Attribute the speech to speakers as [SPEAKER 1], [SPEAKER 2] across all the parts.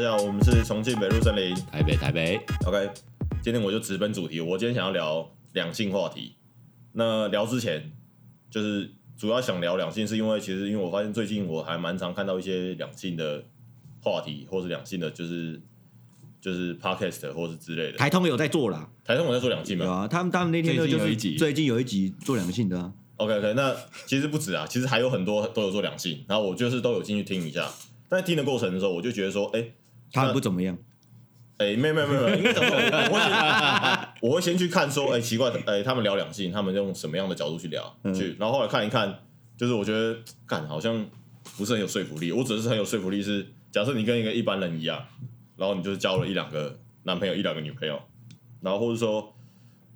[SPEAKER 1] 家好，我们是重庆北路森林。
[SPEAKER 2] 台北，台北，
[SPEAKER 1] OK，今天我就直奔主题，我今天想要聊两性话题。那聊之前，就是主要想聊两性，是因为其实因为我发现最近我还蛮常看到一些两性的话题，或是两性的就是就是 podcast 或是之类的。
[SPEAKER 3] 台通有在做啦，
[SPEAKER 1] 台上我在说两性
[SPEAKER 3] 有
[SPEAKER 1] 嘛
[SPEAKER 3] 啊，他们他们那天就
[SPEAKER 2] 最近
[SPEAKER 3] 就
[SPEAKER 2] 有
[SPEAKER 3] 是
[SPEAKER 2] 一集
[SPEAKER 3] 最近有一集做两性的啊，
[SPEAKER 1] ，OK OK，那其实不止啊，其实还有很多都有做两性，然后我就是都有进去听一下。但听的过程的时候，我就觉得说，哎、
[SPEAKER 3] 他
[SPEAKER 1] 那
[SPEAKER 3] 们不怎么 样，
[SPEAKER 1] 哎、没有没有没有，没有应该讲说，我会先我会先去看说，哎、奇怪，哎、他们聊两性，他们用什么样的角度去聊？
[SPEAKER 3] 嗯
[SPEAKER 1] 去，然后后来看一看，就是我觉得，干好像不是很有说服力。我只是很有说服力是，假设你跟一个一般人一样，然后你就是交了一两个男朋友，一两个女朋友，然后或者说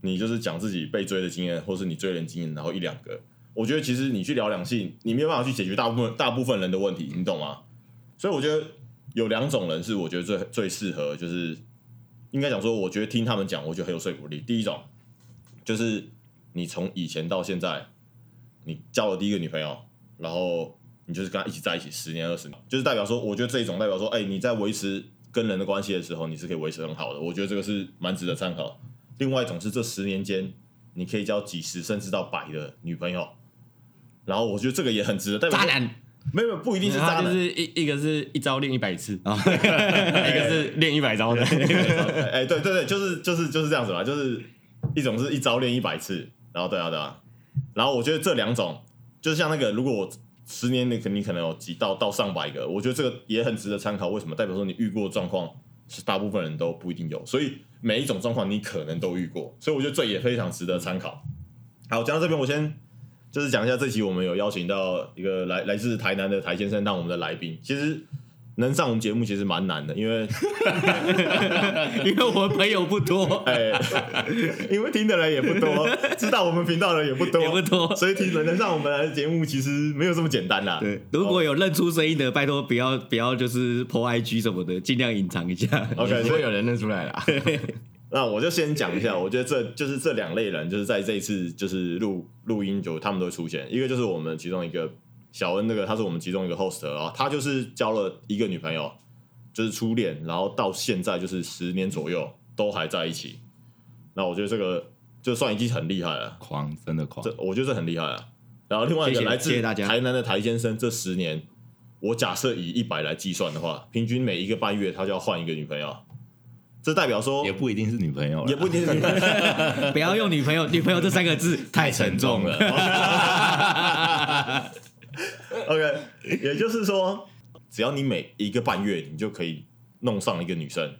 [SPEAKER 1] 你就是讲自己被追的经验，或是你追人经验，然后一两个，我觉得其实你去聊两性，你没有办法去解决大部分大部分人的问题，你懂吗？所以我觉得有两种人是我觉得最最适合，就是应该讲说，我觉得听他们讲，我觉得很有说服力。第一种就是你从以前到现在，你交了第一个女朋友，然后你就是跟她一起在一起十年二十年，就是代表说，我觉得这一种代表说，哎、你在维持跟人的关系的时候，你是可以维持很好的。我觉得这个是蛮值得参考。另外一种是这十年间，你可以交几十甚至到百的女朋友，然后我觉得这个也很值得。代表
[SPEAKER 2] 渣
[SPEAKER 1] 说，
[SPEAKER 2] 男，
[SPEAKER 1] 没有没有不一定是渣
[SPEAKER 2] 他
[SPEAKER 1] 男，
[SPEAKER 2] 就是一一个是一招练一百次，一个是练一百
[SPEAKER 3] 啊
[SPEAKER 2] 招的，
[SPEAKER 1] 哎，对对对，就是就是就是这样子嘛，就是一种是一招练一百次，然后对啊对啊，然后我觉得这两种，就像那个，如果我十年内肯定可能有几到到上百个，我觉得这个也很值得参考。为什么？代表说你遇过的状况是大部分人都不一定有，所以每一种状况你可能都遇过，所以我觉得这也非常值得参考。好，讲到这边，我先就是讲一下这期我们有邀请到一个来来自台南的台先生当我们的来宾，其实。能上我们节目其实蛮难的，因为
[SPEAKER 2] 因为 我朋友不多，
[SPEAKER 1] 哎，因为听的人也不多，知道我们频道的人也不多，
[SPEAKER 2] 也不多
[SPEAKER 1] 所以听能上我们来的节目其实没有这么简单啦。
[SPEAKER 3] 啊
[SPEAKER 2] 哦
[SPEAKER 3] 对，如果有认出声音的，拜托不要不要就是 po IG 什么的，尽量隐藏一 下。
[SPEAKER 1] ，OK，所以
[SPEAKER 2] 有人认出 来啦。
[SPEAKER 1] 那我就先讲一下，我觉得这就是这两类人，就是在这一次就是录录音就他们都会出现，一个就是我们其中一个小恩，那个他是我们其中一个 host 啊，他就是交了一个女朋友，就是初恋，然后到现在就是十年左右都还在一起，那我觉得这个就算已经很厉害了。
[SPEAKER 2] 狂，真的狂
[SPEAKER 1] 这我觉得这很厉害啊。然后另外一个
[SPEAKER 3] 谢谢
[SPEAKER 1] 来自
[SPEAKER 3] 谢谢大家
[SPEAKER 1] 台南的台先生，这十年，我假设以一百来计算的话，平均每一个半月他就要换一个女朋友，这代表
[SPEAKER 2] 哦
[SPEAKER 1] 说
[SPEAKER 4] 也不一定是女朋友啦，
[SPEAKER 1] 也不一 定是女朋友，
[SPEAKER 3] 不要用女朋友，女朋友这三个 字太沉重了。
[SPEAKER 1] OK，也就是说，只要你每一个半月，你就可以弄上一个女生，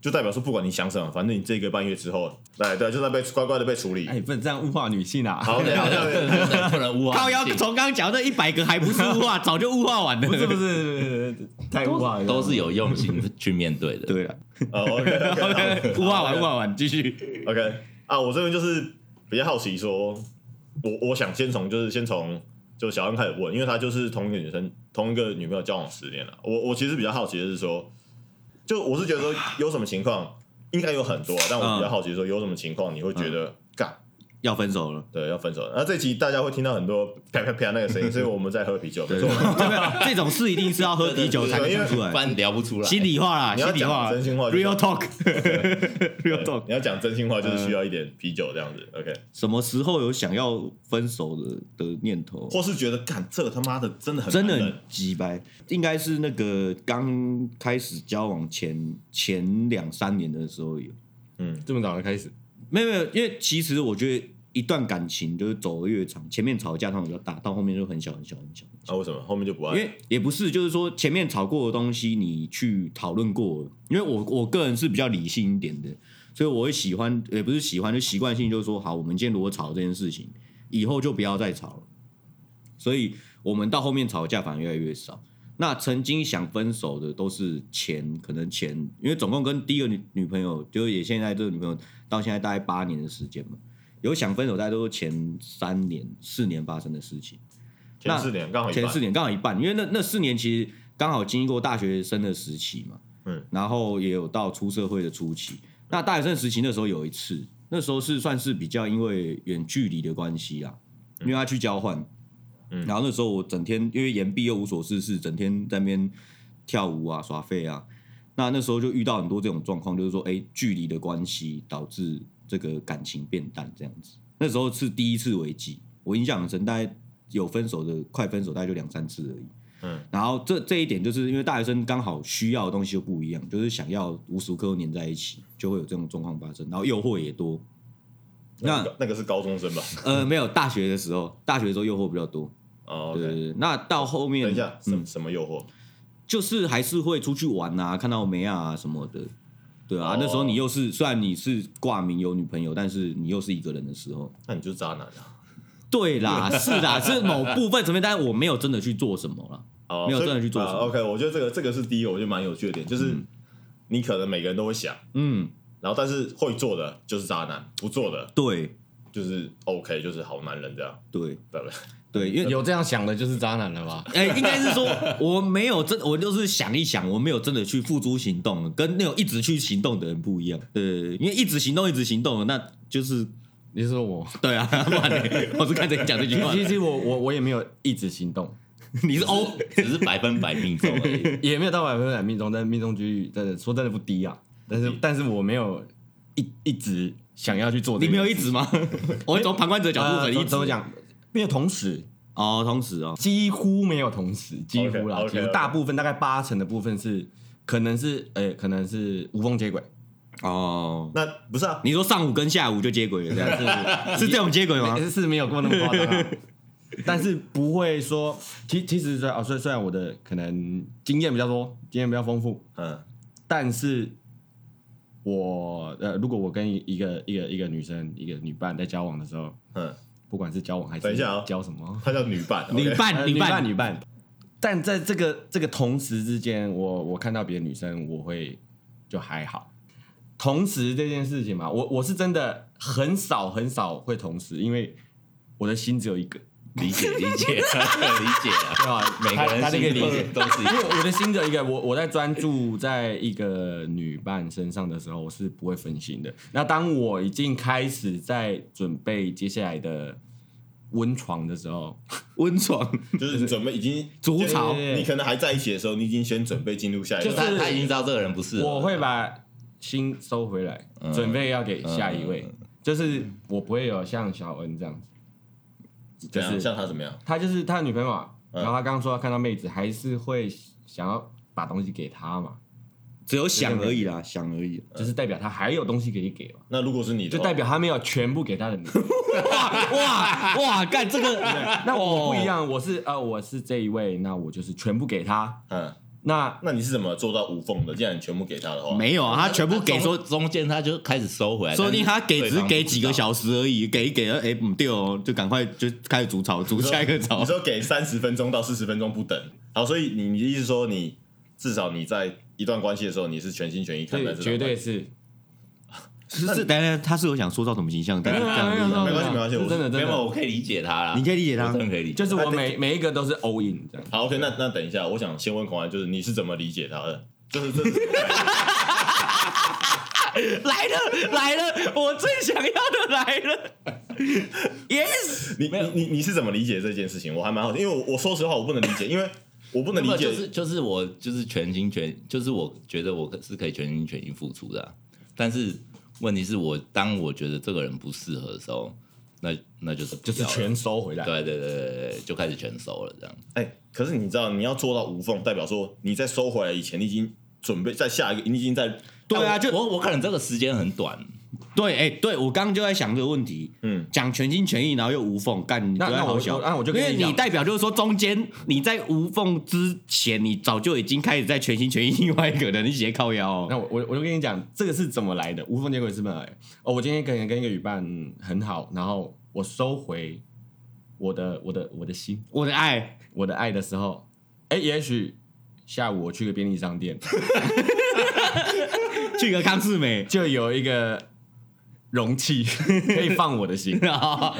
[SPEAKER 1] 就代表说，不管你想什么，反正你这个半月之后，哎对对，就是被乖乖的被处理。
[SPEAKER 2] 哎，不能这样物化女性啊！
[SPEAKER 1] 好，对好对
[SPEAKER 4] 不能不能污
[SPEAKER 3] 靠
[SPEAKER 4] 啊
[SPEAKER 3] 腰，，从刚刚讲的一百个还不是物 化，早就物化完了。
[SPEAKER 2] 是 不是太物化了？
[SPEAKER 4] 都是有用 心去面对的。
[SPEAKER 3] 对了，
[SPEAKER 1] ，OK OK，
[SPEAKER 3] 物化完，物化完，继续。
[SPEAKER 1] OK 啊，我这边就是比较好奇说，我我想先从就是先从就小安开始问，因为他就是同一个女生同一个女朋友交往十年了。我我其实比较好奇的是说，就我是觉得说有什么情况，应该有很多、啊，但我比较好奇说有什么情况你会觉
[SPEAKER 3] 嗯
[SPEAKER 1] 得干、
[SPEAKER 3] 要分手了，
[SPEAKER 1] 对要分手了。那这期大家会听到很多啪啪啪那个声 音，所以我们在喝啤酒，没
[SPEAKER 3] 对
[SPEAKER 1] 错
[SPEAKER 3] 对。对 这种事一定是要喝啤酒才能讲出
[SPEAKER 4] 不
[SPEAKER 3] 来。
[SPEAKER 4] 然聊不出来。
[SPEAKER 3] 心里话啦，
[SPEAKER 1] 你要
[SPEAKER 3] 心里
[SPEAKER 1] 讲
[SPEAKER 3] 话
[SPEAKER 1] 真心话就
[SPEAKER 3] ，real
[SPEAKER 1] 讲
[SPEAKER 3] talk，real
[SPEAKER 1] 对
[SPEAKER 3] talk。嗯
[SPEAKER 1] 你要讲真心话，就是需要一点啤酒这样子。OK，
[SPEAKER 3] 什么时候有想要分手的的念头？
[SPEAKER 1] 或是觉得干这个他妈的真的很
[SPEAKER 3] 真的
[SPEAKER 1] 难忍
[SPEAKER 3] 很鸡掰，应该是那个刚开始交往前前两三年的时候有，
[SPEAKER 1] 嗯
[SPEAKER 2] 这么早就开始，
[SPEAKER 3] 没有没有，因为其实我觉得一段感情就是走得越长，前面吵架通常比较大，到后面就很小很小很小。
[SPEAKER 1] 啊为什么后面就不爱
[SPEAKER 3] 因
[SPEAKER 1] 了？
[SPEAKER 3] 为也不是，就是说前面吵过的东西，你去讨论过了。因为我我个人是比较理性一点的，所以我会喜欢，也不是喜欢，就习惯性就是说，好，我们今天如果吵这件事情，以后就不要再吵了。所以我们到后面吵架反而越来越少。那曾经想分手的都是前，可能前，因为总共跟第一个女女朋友，就是也现在这个女朋友到现在大概八年的时间嘛，有想分手，大概都是前三年、四年发生的事情。
[SPEAKER 1] 前四年刚好一半
[SPEAKER 3] 前四年刚好一半，因为那那四年其实刚好经历过大学生的时期嘛，
[SPEAKER 1] 嗯
[SPEAKER 3] 嗯，然后也有到出社会的初期。那大学生时期那时候有一次，那时候是算是比较因为远距离的关系啦，因为他去交换，
[SPEAKER 1] 嗯
[SPEAKER 3] 然后那时候我整天因为延毕又无所事事，整天在那边跳舞啊耍废啊，那那时候就遇到很多这种状况，就是说，哎、距离的关系导致这个感情变淡这样子。那时候是第一次危机，我印象很深，大概有分手的，快分手大概就两三次而已。
[SPEAKER 1] 嗯，
[SPEAKER 3] 然后这这一点就是因为大学生刚好需要的东西就不一样，就是想要无时无刻都黏在一起，就会有这种状况发生，然后诱惑也多。那
[SPEAKER 1] 那那个是高中生吧？
[SPEAKER 3] 呃，没有大学的时候，大学的时候诱惑比较多。
[SPEAKER 1] 哦
[SPEAKER 3] 对对
[SPEAKER 1] OK，哦
[SPEAKER 3] 对，那到后面
[SPEAKER 1] 等一下，什
[SPEAKER 3] 嗯，
[SPEAKER 1] 什么诱惑？
[SPEAKER 3] 就是还是会出去玩啊，看到梅啊什么的。对啊，
[SPEAKER 1] 哦
[SPEAKER 3] 那时候你又是虽然你是挂名有女朋友，但是你又是一个人的时候，
[SPEAKER 1] 那你就是渣男啊！
[SPEAKER 3] 对 啦，是啦，是某部分层面，但是我没有真的去做什么啦。
[SPEAKER 1] 哦，
[SPEAKER 3] 没有
[SPEAKER 1] 所以
[SPEAKER 3] 真的去做什么
[SPEAKER 1] 啊 OK，我觉得这个这个是第一个，我觉得蛮有趣的点，就是你可能每个人都会想，
[SPEAKER 3] 嗯，
[SPEAKER 1] 然后但是会做的就是渣男，不做的
[SPEAKER 3] 对
[SPEAKER 1] 就是 OK，就是好男人这样，
[SPEAKER 3] 对
[SPEAKER 1] 对不对？
[SPEAKER 3] 对，因为
[SPEAKER 2] 有这样想的就是渣男了吧？
[SPEAKER 3] 哎、应该是说我没有真，我就是想一想，我没有真的去付诸行动，跟那种一直去行动的人不一样。对，因为一直行动，一直行动，那就是
[SPEAKER 2] 你是说我？
[SPEAKER 3] 对啊，不然嘞 我是看着你讲这句话的，
[SPEAKER 2] 其实我我我也没有一直行动，
[SPEAKER 3] 你是哦，
[SPEAKER 4] 只是百分百命中而已。
[SPEAKER 2] 也没有到百分之百命中，但是命中几率真的说真的不低啊。 但是但是我没有一一直想要去做
[SPEAKER 3] 你
[SPEAKER 2] 这个
[SPEAKER 3] 没有
[SPEAKER 2] 事情，
[SPEAKER 3] 一直吗？我会从旁观者角度
[SPEAKER 2] 呃
[SPEAKER 3] 很一
[SPEAKER 2] 怎
[SPEAKER 3] 直
[SPEAKER 2] 么怎么讲，没有同时，
[SPEAKER 3] 哦，同时哦，
[SPEAKER 2] 几乎没有同时，几乎啦
[SPEAKER 1] OK，OK，
[SPEAKER 2] 几乎
[SPEAKER 1] OK
[SPEAKER 2] 大部分大概八成的部分是，可能是呃，可能是无缝接轨，
[SPEAKER 3] 哦，
[SPEAKER 1] 那不是啊，
[SPEAKER 3] 你说上午跟下午就接轨了，这样
[SPEAKER 2] 但
[SPEAKER 3] 是这种接轨吗？
[SPEAKER 2] 是是没有过那么夸张 啊，但是不会说，其其实虽啊虽虽然我的可能经验比较多，经验比较丰富，
[SPEAKER 1] 嗯，
[SPEAKER 2] 但是我呃，如果我跟一个一个一个女生一个女伴在交往的时候，
[SPEAKER 1] 嗯，
[SPEAKER 2] 不管是交往还是
[SPEAKER 1] 等一下哦
[SPEAKER 2] 交什么，
[SPEAKER 1] 他叫女伴，
[SPEAKER 3] 女
[SPEAKER 1] OK
[SPEAKER 3] 伴，
[SPEAKER 2] 呃
[SPEAKER 3] 女伴，
[SPEAKER 2] 女伴。但在这个这个同时之间，我我看到别的女生，我会就还好。同时这件事情嘛，我我是真的很少很少会同时，因为我的心只有一个，
[SPEAKER 4] 理解理解 理解 啊，
[SPEAKER 2] 对吧？
[SPEAKER 4] 每个人
[SPEAKER 2] 他他那
[SPEAKER 4] 心
[SPEAKER 2] 个
[SPEAKER 4] 里
[SPEAKER 2] 理解，
[SPEAKER 4] 都是一
[SPEAKER 2] 因为
[SPEAKER 4] 个
[SPEAKER 2] 我的心只有一个，我我在专注在一个女伴身上的时候，我是不会分心的。那当我已经开始在准备接下来的温床的时候，
[SPEAKER 3] 温床，
[SPEAKER 1] 就是你准备已经
[SPEAKER 3] 筑巢
[SPEAKER 1] 就是你可能还在一起的时候，你已经先准备进入下一
[SPEAKER 2] 就
[SPEAKER 1] 个，
[SPEAKER 2] 是
[SPEAKER 4] 他他已经知道这个人不是了
[SPEAKER 2] 我会把心收回来，
[SPEAKER 4] 嗯
[SPEAKER 2] 准备要给下一位。
[SPEAKER 4] 嗯
[SPEAKER 2] 就是我不会有像小恩这样子，
[SPEAKER 1] 怎样
[SPEAKER 2] 就是
[SPEAKER 1] 像他怎么样？
[SPEAKER 2] 他就是他的女朋友嘛，
[SPEAKER 1] 嗯
[SPEAKER 2] 然后他刚刚说他看到妹子还是会想要把东西给她嘛，
[SPEAKER 3] 只有想而已啦，想而已。
[SPEAKER 1] 嗯
[SPEAKER 2] 就是代表他还有东西可以给嘛，
[SPEAKER 1] 那如果是你的
[SPEAKER 2] 就
[SPEAKER 1] 话，
[SPEAKER 2] 代表他没有全部给他的女 朋友。
[SPEAKER 3] 哇哇哇，干这个，
[SPEAKER 2] 那我不
[SPEAKER 1] 哦
[SPEAKER 2] 一样，我是呃我是这一位，那我就是全部给他。
[SPEAKER 1] 嗯，
[SPEAKER 2] 那
[SPEAKER 1] 那你是怎么做到无缝的？既然你全部给他的话，
[SPEAKER 3] 没有啊，他全部给说
[SPEAKER 4] 中中间他就开始收回来，
[SPEAKER 3] 说不定他给只
[SPEAKER 4] 是
[SPEAKER 3] 给几个
[SPEAKER 4] 时，
[SPEAKER 3] 小时而已，
[SPEAKER 2] 啊
[SPEAKER 3] 给一给了，哎、不对哦，就赶快就开始煮草，煮
[SPEAKER 1] 你说
[SPEAKER 3] 下一个草
[SPEAKER 1] 你。 说给三十分钟到四十分钟不等，好，所以你你的意思说你至少你在一段关系的时候，你是全心全意看待
[SPEAKER 2] 对，
[SPEAKER 1] 这段
[SPEAKER 2] 绝对
[SPEAKER 1] 关系
[SPEAKER 2] 是
[SPEAKER 3] 是是，等一下他是有想塑造什么形象，但是
[SPEAKER 2] 没
[SPEAKER 3] 这
[SPEAKER 2] 有
[SPEAKER 3] 样
[SPEAKER 2] 没有
[SPEAKER 3] 不一样
[SPEAKER 1] 没关系没关系，
[SPEAKER 2] 是
[SPEAKER 1] 我
[SPEAKER 2] 真的
[SPEAKER 4] 没
[SPEAKER 2] 真
[SPEAKER 4] 有，
[SPEAKER 2] 的，
[SPEAKER 4] 我可以理解他啦，
[SPEAKER 3] 你可以理解他
[SPEAKER 4] 我真的可以理解，
[SPEAKER 2] 就是我每每一个都是 all in 这样。
[SPEAKER 1] 好 OK，那那等一下，我想先问孔安，就是你是怎么理解他的？就是这是
[SPEAKER 3] 来了来了，我最想要的来 了，yes，
[SPEAKER 1] 你你你你是怎么理解这件事情？我还蛮好奇，因为我我说实话我不能理解，因为我不能理
[SPEAKER 4] 那么
[SPEAKER 1] 解，
[SPEAKER 4] 就是就是我就是全心全，就是我觉得我是可以全心全意付出的啊、但是问题是我当我觉得这个人不适合的时候，那那就是不
[SPEAKER 2] 就是
[SPEAKER 4] 要了
[SPEAKER 2] 全收回来。
[SPEAKER 4] 对对对对对，就开始全收了这样。
[SPEAKER 1] 哎、可是你知道，你要做到无缝，代表说你在收回来以前，你已经准备在下一个，你已经在
[SPEAKER 3] 对啊，就
[SPEAKER 4] 但我我可能这个时间很短，
[SPEAKER 3] 对，哎、对我刚刚就在想这个问题，
[SPEAKER 1] 嗯，
[SPEAKER 3] 讲全心全意，然后又无缝，干你
[SPEAKER 2] 那
[SPEAKER 3] 不要
[SPEAKER 2] 那我
[SPEAKER 3] 好小，
[SPEAKER 2] 我那我就
[SPEAKER 3] 因
[SPEAKER 2] 跟你
[SPEAKER 3] 为
[SPEAKER 2] 讲
[SPEAKER 3] 你代表就是说中间你在无缝之前，你早就已经开始在全心全意另外一个人一起在靠腰、哦，
[SPEAKER 2] 那我我我就跟你讲，这个是怎么来的，无缝接轨是怎么来的。哦，我今天可能跟一个女伴很好，然后我收回我的我的我的心，
[SPEAKER 3] 我的爱，
[SPEAKER 2] 我的爱的时候，哎，也许下午我去个便利商店，
[SPEAKER 3] 去个康世美
[SPEAKER 2] 就有一个 容器可以放我的心。
[SPEAKER 3] 啊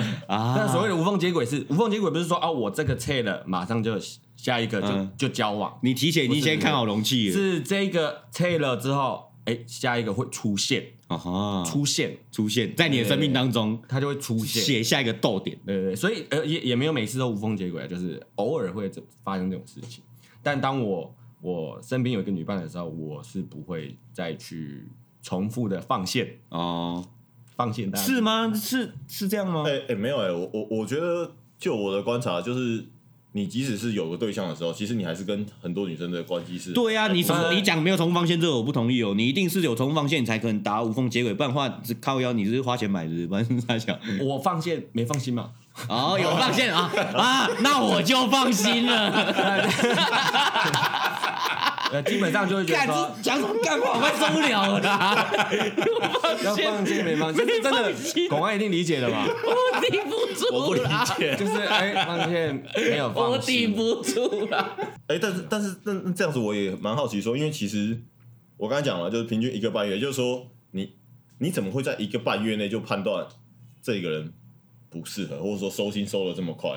[SPEAKER 2] 但所
[SPEAKER 3] 啊！
[SPEAKER 2] 谓的无缝接轨是无缝接轨，不是说啊我这个撤了，马上就下一个就、
[SPEAKER 3] 嗯
[SPEAKER 2] 就交往，
[SPEAKER 3] 你提前已经先看好容器了，
[SPEAKER 2] 是这个撤了之后，哎，下一个会出现
[SPEAKER 3] 啊哈，出
[SPEAKER 2] 出现，
[SPEAKER 3] 出现在你的生命当中，
[SPEAKER 2] 它就会出现。
[SPEAKER 3] 写下一个逗点。
[SPEAKER 2] 对对对，所以呃也也没有每次都无缝接轨啊，就是偶尔会这发生这种事情。但当我我身边有一个女伴的时候，我是不会再去重复的放线，
[SPEAKER 3] 哦，
[SPEAKER 2] 放线大家
[SPEAKER 3] 是吗？是是这样吗
[SPEAKER 1] 哎、？哎、没有哎、我我我觉得，就我的观察，就是你即使是有个对象的时候，其实你还是跟很多女生的关系是
[SPEAKER 3] 对呀、啊，你
[SPEAKER 1] 还不
[SPEAKER 3] 说
[SPEAKER 1] 错
[SPEAKER 3] 你讲没有重放线，这个我不同意哦。你一定是有重放线，你才可能达无缝接轨，不然的话只靠腰，你是花钱买的，反正他想。
[SPEAKER 2] 我放线没放心嘛，
[SPEAKER 3] 哦，有放线 啊啊，那我就放心了。
[SPEAKER 2] 呃，基本上就会 觉得
[SPEAKER 3] 干
[SPEAKER 2] 说
[SPEAKER 3] 这讲什么干话，我快受不了了 啦！
[SPEAKER 2] 要放线没放线，这真的，广安一定理解的嘛，
[SPEAKER 5] 我顶不
[SPEAKER 4] 我
[SPEAKER 5] 住
[SPEAKER 4] 不理
[SPEAKER 5] 了，
[SPEAKER 4] 解。
[SPEAKER 2] 就是哎，放线没有
[SPEAKER 5] 我
[SPEAKER 2] 放心，
[SPEAKER 5] 顶不住了。
[SPEAKER 1] 哎、但是但是那那这样子我也蛮好奇说，因为其实我刚才讲了，就是平均一个半月，就是说你你怎么会在一个半月内就判断这个人不适合，或者说收心收的这么快？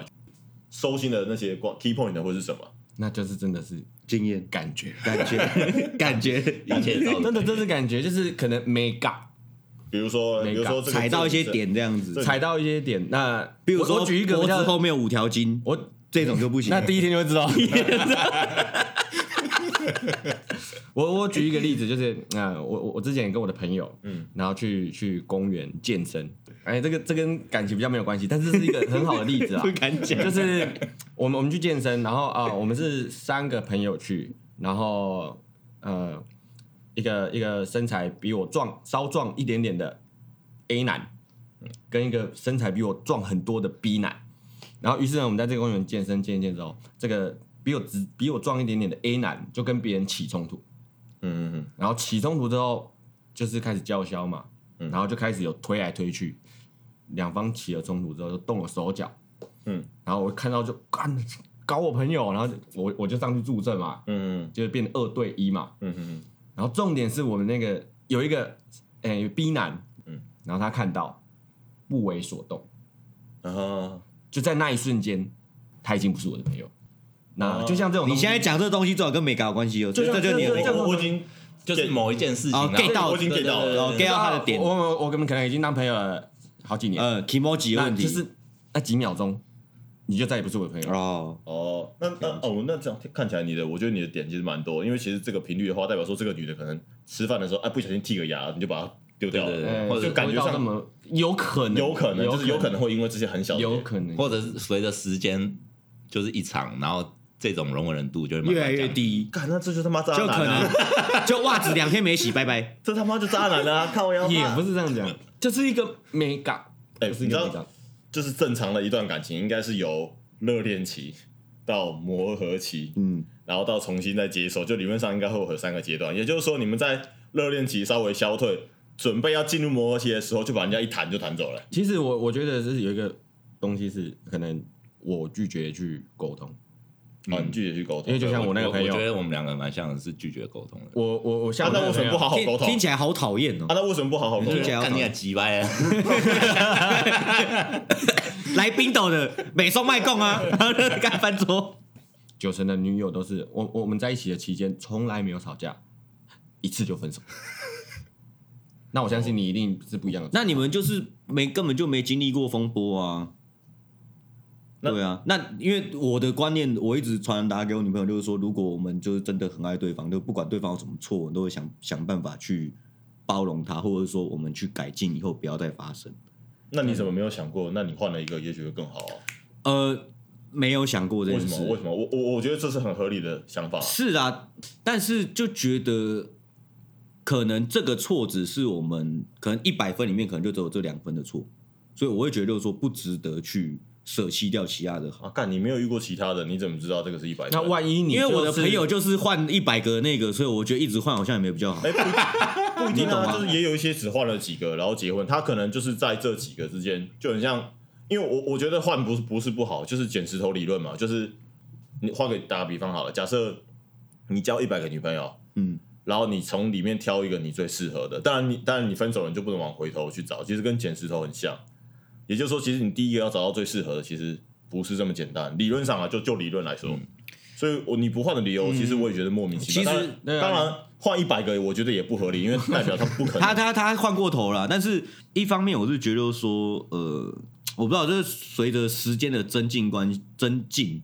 [SPEAKER 1] 收心的那些关 key point 会是什么？
[SPEAKER 2] 那就是真的是
[SPEAKER 3] 经验
[SPEAKER 2] 感觉，
[SPEAKER 3] 感 觉感觉
[SPEAKER 4] 一切到
[SPEAKER 2] 真的真是感觉，就是可能没嘎
[SPEAKER 1] 比如说，比
[SPEAKER 2] 没
[SPEAKER 1] 如说、这个、
[SPEAKER 3] 踩到一些
[SPEAKER 1] 这个，
[SPEAKER 3] 点这样子，
[SPEAKER 2] 踩到一些点，那
[SPEAKER 3] 比如说
[SPEAKER 2] 我我举一个比
[SPEAKER 3] 脖子
[SPEAKER 2] 较，
[SPEAKER 3] 后面有五条筋，
[SPEAKER 2] 我
[SPEAKER 3] 这种就不行。。
[SPEAKER 2] 那第一天就会知道。 我我举一个例子，就是啊、呃我我我之前跟我的朋友，嗯
[SPEAKER 1] 嗯，
[SPEAKER 2] 然后去去公园健身，哎，这个这跟感情比较没有关系，但是是一个很好的例子啊
[SPEAKER 3] 敢讲
[SPEAKER 2] 就是我们我们去健身，然后啊、我们是三个朋友去，然后呃，一个一个身材比我壮稍壮一点点的 A 男，跟一个身材比我壮很多的 B 男，然后于是呢，我们在这个公园健身健一健之后，这个比我直比我壮一点点的 A 男就跟别人起冲突，
[SPEAKER 1] 嗯嗯嗯，
[SPEAKER 2] 然后起冲突之后就是开始叫嚣嘛，
[SPEAKER 1] 嗯
[SPEAKER 2] 然后就开始有推来推去，两方起了冲突之后就动了手脚，
[SPEAKER 1] 嗯，
[SPEAKER 2] 然后我看到就干搞我朋友，然后我我就上去助阵嘛，
[SPEAKER 1] 嗯
[SPEAKER 2] 就是变成二对一嘛，
[SPEAKER 1] 嗯嗯嗯
[SPEAKER 2] 然后重点是我们那个有一个诶、B 男，
[SPEAKER 1] 嗯，
[SPEAKER 2] 然后他看到不为所动，
[SPEAKER 1] 嗯，啊，
[SPEAKER 2] 就在那一瞬间他已经不是我的朋友，那
[SPEAKER 1] 哦
[SPEAKER 2] 就像这种
[SPEAKER 3] 你
[SPEAKER 2] 东西
[SPEAKER 3] 现在讲这个东西，最好跟美感有关系哦。
[SPEAKER 2] 就
[SPEAKER 3] 这
[SPEAKER 2] 像
[SPEAKER 3] 这就你
[SPEAKER 2] 这这
[SPEAKER 1] 我
[SPEAKER 2] 这
[SPEAKER 1] 我我已经
[SPEAKER 4] 就是某一件事情啊
[SPEAKER 3] 哦，get 到
[SPEAKER 1] 我已经 get 到了
[SPEAKER 4] 对对对对
[SPEAKER 3] ，get 到他的点
[SPEAKER 2] 啊我我我们可能已经当朋友了好几年，
[SPEAKER 3] 呃 i m o j i
[SPEAKER 2] 那
[SPEAKER 3] 问题
[SPEAKER 2] 就是那几秒钟，你就再也不是我的朋友了。
[SPEAKER 3] 哦，
[SPEAKER 1] 哦，那那哦，那这样看起来你的，我觉得你的点其实蛮多，因为其实这个频率的话，代表说这个女的可能吃饭的时候，哎、不小心剔个牙，你就把它丢掉了，
[SPEAKER 4] 对对对
[SPEAKER 2] 呃
[SPEAKER 4] 或者
[SPEAKER 2] 就感觉
[SPEAKER 1] 不会
[SPEAKER 2] 上
[SPEAKER 1] 到那
[SPEAKER 2] 么有可能，
[SPEAKER 1] 有可能就是有可，能会因为这些很小的点，
[SPEAKER 2] 有可能，
[SPEAKER 4] 或者是随着时间就是一场，然后这种容忍度就会慢慢
[SPEAKER 3] 越来越
[SPEAKER 4] 降
[SPEAKER 3] 低，
[SPEAKER 1] 干，那这就他妈渣
[SPEAKER 3] 就可
[SPEAKER 1] 男啊！
[SPEAKER 3] 能 就袜子两天没洗，拜拜。
[SPEAKER 1] 这他妈就渣男 啊！看我要
[SPEAKER 2] 也
[SPEAKER 1] 骂
[SPEAKER 2] 不是这样讲，就是一个美感，
[SPEAKER 1] 哎、
[SPEAKER 2] 就是
[SPEAKER 1] 你
[SPEAKER 2] 一
[SPEAKER 1] 知
[SPEAKER 2] 个美
[SPEAKER 1] 道
[SPEAKER 2] 感，，
[SPEAKER 1] 就是正常的一段感情，应该是由热恋期到磨合期，
[SPEAKER 3] 嗯，
[SPEAKER 1] 然后到重新再接受，就理论上应该会有三个阶段。也就是说，你们在热恋期稍微消退，准备要进入磨合期的时候，就把人家一弹就弹走了。
[SPEAKER 2] 其实我我觉得是有一个东西是可能我拒绝去沟通，
[SPEAKER 1] 啊、你拒绝去沟通，
[SPEAKER 2] 因为就像
[SPEAKER 4] 我
[SPEAKER 2] 我那个朋友
[SPEAKER 4] 我觉得我们两个蛮像的是拒绝沟通的。
[SPEAKER 2] 我我我像
[SPEAKER 1] 啊，
[SPEAKER 2] 我
[SPEAKER 1] 那为什么不好好沟
[SPEAKER 3] 听
[SPEAKER 1] 通？
[SPEAKER 3] 听起来好讨厌哦
[SPEAKER 1] 啊，。那为什么不好好沟
[SPEAKER 4] 就
[SPEAKER 1] 通
[SPEAKER 4] 是
[SPEAKER 3] 听？起来
[SPEAKER 4] 干你也鸡掰啊！
[SPEAKER 3] 来冰岛的美松卖供啊， 然后就干翻桌。
[SPEAKER 2] 九成的女友都是我我们在一起的期间从来没有吵架，一次就分手。 那我相信你一定是不一 样的。
[SPEAKER 3] 那你们就是没根本就没经历过风波啊。
[SPEAKER 1] 那
[SPEAKER 3] 对啊，那因为我的观念，我一直传达给我女朋友，就是说，如果我们就是真的很爱对方，就不管对方有什么错，我们都会想想办法去包容他，或者说我们去改进，以后不要再发生。
[SPEAKER 1] 那你怎么没有想过？那你换了一个，也许会更好啊？
[SPEAKER 3] 呃，没有想过这
[SPEAKER 1] 为
[SPEAKER 3] 件
[SPEAKER 1] 什
[SPEAKER 3] 事
[SPEAKER 1] 么？，为什么？我我我觉得这是很合理的想法。
[SPEAKER 3] 是啊，但是就觉得可能这个错只是我们可能一百分里面可能就只有这两分的错，所以我会觉得就是说不值得去舍弃掉其他的好。
[SPEAKER 1] 啊，干，你没有遇过其他的，你怎么知道这个是一百？
[SPEAKER 2] 那万一你
[SPEAKER 3] 因为我的
[SPEAKER 2] 就是
[SPEAKER 3] 朋友就是换一百个那个，所以我觉得一直换好像也没有比较好。
[SPEAKER 1] 哎、不不一定
[SPEAKER 3] 你懂
[SPEAKER 1] 啊，
[SPEAKER 3] 吗
[SPEAKER 1] 就是也有一些只换了几个，然后结婚，他可能就是在这几个之间，就很像，因为我我觉得换不是不是不好，就是捡石头理论嘛，就是你换给打个比方好了，假设你交一百个女朋友，
[SPEAKER 3] 嗯，
[SPEAKER 1] 然后你从里面挑一个你最适合的，当然你当然你分手了你就不能往回头去找，其实跟捡石头很像，也就是说，其实你第一个要找到最适合的，其实不是这么简单，理论上啊，就就理论来说。所以我你不换的理由，其实我也觉得莫名其妙。
[SPEAKER 3] 其实
[SPEAKER 1] 当然
[SPEAKER 2] 对啊
[SPEAKER 1] 当然换一百个，我觉得也不合理，因为代表他不可能。
[SPEAKER 3] 他他他换过头了，但是一方面我是觉得说，呃，我不知道，就是随着时间的增进关增进，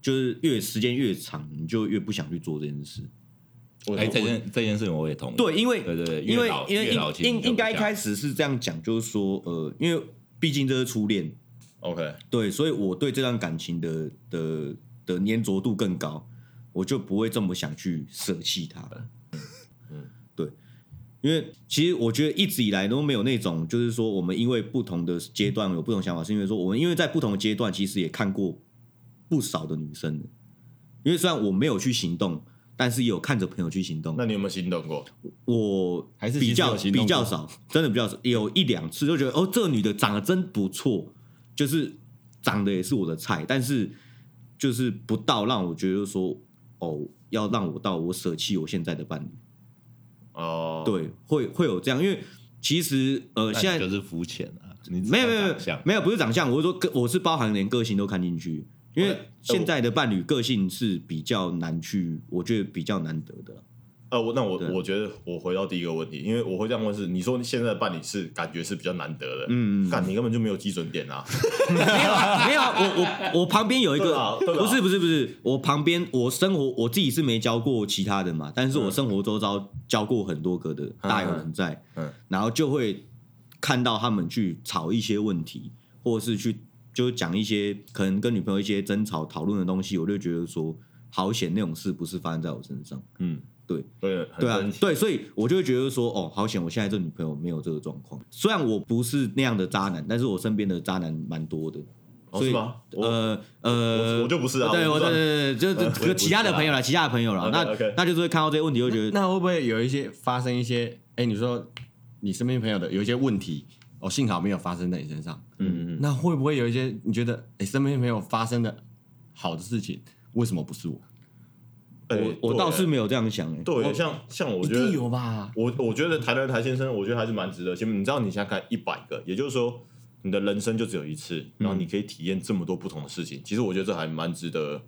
[SPEAKER 3] 就是越时间越长，你就越不想去做这件事。
[SPEAKER 1] 我
[SPEAKER 4] 哎，这件这件事情我也同意。
[SPEAKER 3] 对，因为
[SPEAKER 4] 对对对，
[SPEAKER 3] 因为
[SPEAKER 4] 越老
[SPEAKER 3] 因为
[SPEAKER 4] 越老其实
[SPEAKER 3] 应应
[SPEAKER 4] 就
[SPEAKER 3] 应该一
[SPEAKER 4] 比较
[SPEAKER 3] 开始是这样讲，就是说呃，因为毕竟这是初恋，
[SPEAKER 1] OK，
[SPEAKER 3] 对，所以我对这段感情的的的粘着度更高，我就不会这么想去舍弃它了。嗯， 对，因为其实我觉得一直以来都没有那种，就是说我们因为不同的阶段有不同想法，是因为说我们因为在不同的阶段其实也看过不少的女生的，因为虽然我没有去行动，但是也有看着朋友去行动。
[SPEAKER 1] 那你有没有心动过？
[SPEAKER 3] 我
[SPEAKER 2] 还是其实
[SPEAKER 3] 比较
[SPEAKER 2] 有行动
[SPEAKER 3] 比较
[SPEAKER 2] 过
[SPEAKER 3] 少，真的比较少，有一两次就觉得哦，这个女的长得真不错，就是长得也是我的菜，但是就是不到让我觉得说哦，要让我到我舍弃我现在的伴侣，
[SPEAKER 1] 哦，，
[SPEAKER 3] 对，会会有这样，因为其实呃，
[SPEAKER 4] 那你
[SPEAKER 3] 现在
[SPEAKER 4] 就是肤浅啊，你只
[SPEAKER 3] 没有没
[SPEAKER 4] 看
[SPEAKER 3] 有没有
[SPEAKER 4] 长相
[SPEAKER 3] 没有不是长相，我是说个我是包含连个性都看进去，
[SPEAKER 1] 我
[SPEAKER 3] 因
[SPEAKER 2] 哦
[SPEAKER 3] 为现在的伴侣个性是比较难去，我觉得比较难得的，
[SPEAKER 1] 呃，我那我
[SPEAKER 3] 对
[SPEAKER 1] 我觉得我回到第一个问题，因为我会这样问是，你说现在的伴侣是感觉是比较难得的，
[SPEAKER 3] 嗯嗯嗯
[SPEAKER 1] 干你根本就没有基准点啊，
[SPEAKER 3] 没有啊， 没有啊，我我我旁边有一
[SPEAKER 1] 对
[SPEAKER 3] 个
[SPEAKER 1] 啦，对啊啦
[SPEAKER 3] 不是不是不是，我旁边我生活我自己是没交过其他的嘛，但是我生活周遭交过很多个的大有人在，
[SPEAKER 1] 嗯
[SPEAKER 3] 然后就会看到他们去吵一些问题，或者是去就讲一些可能跟女朋友一些争吵讨论的东西，我就觉得说好险那种事不是发生在我身上，
[SPEAKER 1] 嗯，
[SPEAKER 3] 对
[SPEAKER 1] 对，很
[SPEAKER 3] 对啊
[SPEAKER 1] 真，
[SPEAKER 3] 对，所以我就会觉得说，哦，好险，我现在这女朋友没有这个状况。虽然我不是那样的渣男，但是我身边的渣男蛮多的。
[SPEAKER 1] 哦
[SPEAKER 3] 所以
[SPEAKER 1] 是吗我
[SPEAKER 3] 呃
[SPEAKER 1] 我
[SPEAKER 3] 呃，
[SPEAKER 1] 我就不是啊，
[SPEAKER 3] 对
[SPEAKER 1] 我
[SPEAKER 3] 我
[SPEAKER 1] 不
[SPEAKER 3] 对
[SPEAKER 1] 知道
[SPEAKER 3] 对对，就是
[SPEAKER 1] 我也
[SPEAKER 3] 就
[SPEAKER 1] 不
[SPEAKER 3] 其他
[SPEAKER 1] 是
[SPEAKER 3] 的
[SPEAKER 1] 啊
[SPEAKER 3] 朋友啦，其他的朋友啦，那
[SPEAKER 1] OK，OK
[SPEAKER 3] 那就是会看到这些问题，会觉得
[SPEAKER 2] 那会不会有一些发生一些？哎，你说你身边朋友的有一些问题，哦，幸好没有发生在你身上。
[SPEAKER 1] 嗯嗯嗯，
[SPEAKER 2] 那会不会有一些你觉得，哎，身边朋友发生的好的事情，为什么不是我？
[SPEAKER 1] 哎
[SPEAKER 3] 我我倒是
[SPEAKER 1] 对
[SPEAKER 3] 没有这样想。欸
[SPEAKER 1] 对，像像我
[SPEAKER 2] 一
[SPEAKER 1] 觉得
[SPEAKER 2] 定有吧？
[SPEAKER 1] 我我觉得台南台先生，我觉得还是蛮值得羡慕。你知道，你想想看一百个，也就是说，你的人生就只有一次，然后
[SPEAKER 3] 嗯
[SPEAKER 1] 你可以体验这么多不同的事情。其实我觉得这还蛮值得，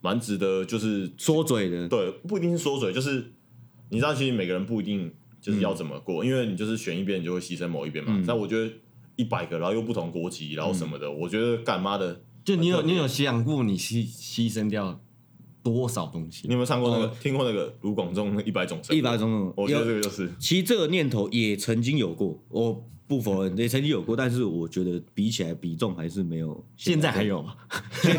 [SPEAKER 1] 蛮值得，就是
[SPEAKER 3] 说嘴的，
[SPEAKER 1] 对，不一定是说嘴，就是你知道，其实每个人不一定就是
[SPEAKER 3] 嗯
[SPEAKER 1] 要怎么过，因为你就是选一边，你就会牺牲某一边嘛。但我觉得一百个，然后又不同国籍，然后
[SPEAKER 3] 嗯
[SPEAKER 1] 什么的，我觉得干妈的，
[SPEAKER 2] 就你有
[SPEAKER 1] 很特别
[SPEAKER 2] 你有想过你牺牺牲掉多少东西
[SPEAKER 1] 你有？没有上过那个、听过那个卢广仲一百种生活？
[SPEAKER 3] 哦一百种
[SPEAKER 1] 我觉得这
[SPEAKER 3] 有，
[SPEAKER 1] 个就是
[SPEAKER 3] 其实这个念头也曾经有过，我不否认，也曾经有过，但是我觉得比起来比重还是没有啊
[SPEAKER 2] 现在
[SPEAKER 3] 这
[SPEAKER 2] 还有吗？
[SPEAKER 3] 没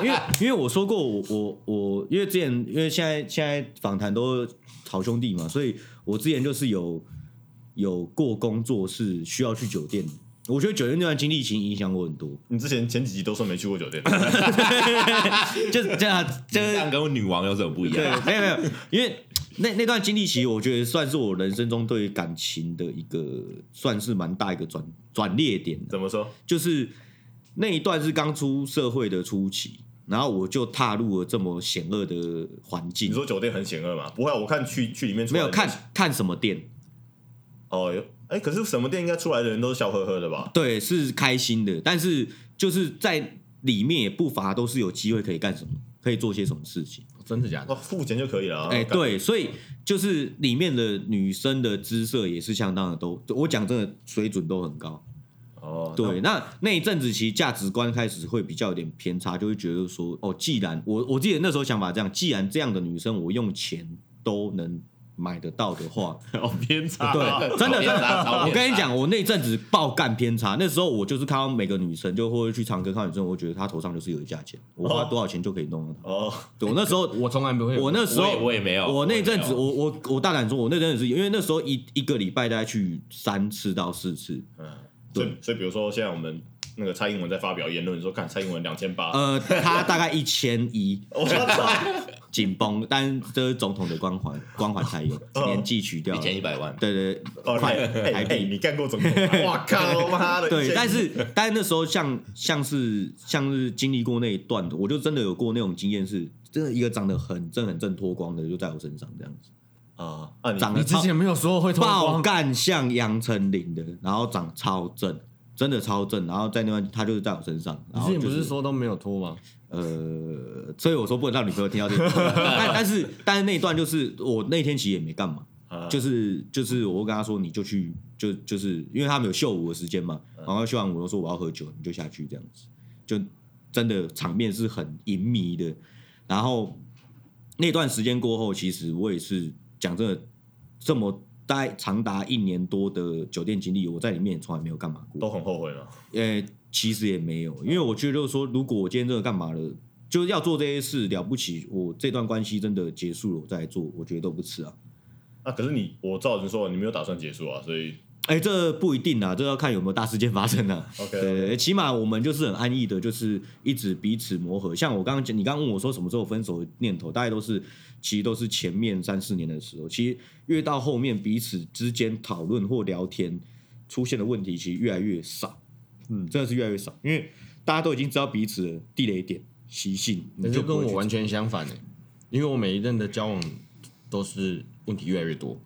[SPEAKER 3] 有，因为因为我说过，我我我，因为之前因为现在现在访谈都好兄弟嘛，所以我之前就是有有过工作是需要去酒店的。我觉得酒店那段经历其实影响我很多，
[SPEAKER 1] 你之前前几集都说没去过 酒店，
[SPEAKER 3] 就是这样，就
[SPEAKER 4] 这
[SPEAKER 3] 是
[SPEAKER 4] 样跟女王有什么不一样？
[SPEAKER 3] 对，没有没有，因为那那段经历其实我觉得算是我人生中对于感情的一个算是蛮大一个转转捩点的。
[SPEAKER 1] 怎么说？
[SPEAKER 3] 就是那一段是刚出社会的初期，然后我就踏入了这么险恶的环
[SPEAKER 1] 你
[SPEAKER 3] 境。
[SPEAKER 1] 说酒店很险恶嘛？不会啊，我看去去里面出
[SPEAKER 3] 没
[SPEAKER 1] 来的
[SPEAKER 3] 有看看什么店，
[SPEAKER 1] 哦，有哎，可是什么店应该出来的人都是笑呵呵的吧？
[SPEAKER 3] 对，是开心的，但是就是在里面也不乏都是有机会可以干什么，可以做些什么事情。
[SPEAKER 2] 真的假的？
[SPEAKER 1] 哦，付钱就可以了啊。
[SPEAKER 3] 哎、
[SPEAKER 1] 干，
[SPEAKER 3] 对，所以就是里面的女生的姿色也是相当的都，我讲真的水准都很高。
[SPEAKER 1] 哦，
[SPEAKER 3] 对，那那一阵子其实价值观开始会比较有点偏差，就会觉得说，哦，既然我我记得那时候想法这样，既然这样的女生我用钱都能买得到的话，
[SPEAKER 4] 好偏差
[SPEAKER 3] 对，真的真
[SPEAKER 4] 啊
[SPEAKER 3] 的，我跟你
[SPEAKER 4] 讲。
[SPEAKER 3] 讲，我那一阵子爆干偏差，那时候我就是看到每个女生，就或者去唱歌看到女生，我觉得她头上就是有一价钱，
[SPEAKER 4] 哦
[SPEAKER 3] 我花多少钱就可以弄到她。
[SPEAKER 1] 那哦，
[SPEAKER 3] 对我那时 候，
[SPEAKER 2] 我从来不会。
[SPEAKER 3] 我那时候
[SPEAKER 4] 我也我也没有
[SPEAKER 3] 我那阵
[SPEAKER 4] 我也
[SPEAKER 3] 子，
[SPEAKER 4] 没有
[SPEAKER 3] 我我我大胆说，我那阵子是因为那时候一一个礼拜大概去三次到四次，
[SPEAKER 1] 嗯，所
[SPEAKER 3] 对
[SPEAKER 1] 以所以比如说现在我们那个蔡英文在发表言论，说看蔡英文两千八，
[SPEAKER 3] 呃，她大概一千一。
[SPEAKER 1] 我 哦操，
[SPEAKER 3] 紧绷，但这是总统的光环， 光环才有，年纪取掉
[SPEAKER 4] 一
[SPEAKER 3] 了
[SPEAKER 4] 千一百万，
[SPEAKER 3] 对对
[SPEAKER 1] 哦
[SPEAKER 3] 对，快
[SPEAKER 1] 哎
[SPEAKER 3] 台
[SPEAKER 1] 哎，
[SPEAKER 3] 币。
[SPEAKER 1] 你干过总统？啊 哇靠妈的！
[SPEAKER 3] 对，
[SPEAKER 1] 现在
[SPEAKER 3] 但是但是那时候像像是像是经历过那一段的，我就真的有过那种经验，是真的一个长得很正很正脱光的就在我身上这样子，
[SPEAKER 1] 啊啊，你
[SPEAKER 3] 长
[SPEAKER 2] 你
[SPEAKER 3] 得
[SPEAKER 2] 之前没有说会脱
[SPEAKER 3] 爆
[SPEAKER 2] 光，
[SPEAKER 3] 干像杨丞琳的，然后长超正，真的超正，然后在那段他就是在我身上，
[SPEAKER 2] 你
[SPEAKER 3] 然
[SPEAKER 2] 之
[SPEAKER 3] 后、
[SPEAKER 2] 前
[SPEAKER 3] 就是、
[SPEAKER 2] 不是说都没有脱吗？
[SPEAKER 3] 呃，所以我说不能让女朋友听到这个， 但但是但是那一段就是我那天其实也没干嘛。
[SPEAKER 1] 啊
[SPEAKER 3] 就是就是我会跟他说，你就去就就是因为他们有秀舞的时间嘛，然后秀完舞我说我要喝酒，你就下去这样子，就真的场面是很淫靡的。然后那段时间过后，其实我也是讲真的，这么大概长达一年多的酒店经历，我在里面也从来没有干嘛过。
[SPEAKER 1] 都很后悔嘛。
[SPEAKER 3] 呃，其实也没有，因为我觉得就是说，如果我今天真的干嘛了，就是要做这些事了不起，我这段关系真的结束了，我再来做，我觉得都不迟啊。
[SPEAKER 1] 啊，可是你我照人说，你没有打算结束啊，所以
[SPEAKER 3] 哎，这不一定啊，这要看有没有大事件发生啊。
[SPEAKER 1] OK，
[SPEAKER 3] 对，起码我们就是很安逸的，就是一直彼此磨合。像我刚刚讲，你刚刚问我说什么时候分手的念头，大概都是其实都是前面三四年的时候。其实越到后面，彼此之间讨论或聊天出现的问题，其实越来越少。嗯，真的是越来越少，因为大家都已经知道彼此的地雷点、习性，
[SPEAKER 2] 但
[SPEAKER 3] 你
[SPEAKER 2] 是
[SPEAKER 3] 就不
[SPEAKER 2] 跟
[SPEAKER 3] 会
[SPEAKER 2] 我
[SPEAKER 3] 去
[SPEAKER 2] 完全相反呢、欸因为我每一任的交往都是问题越来越多。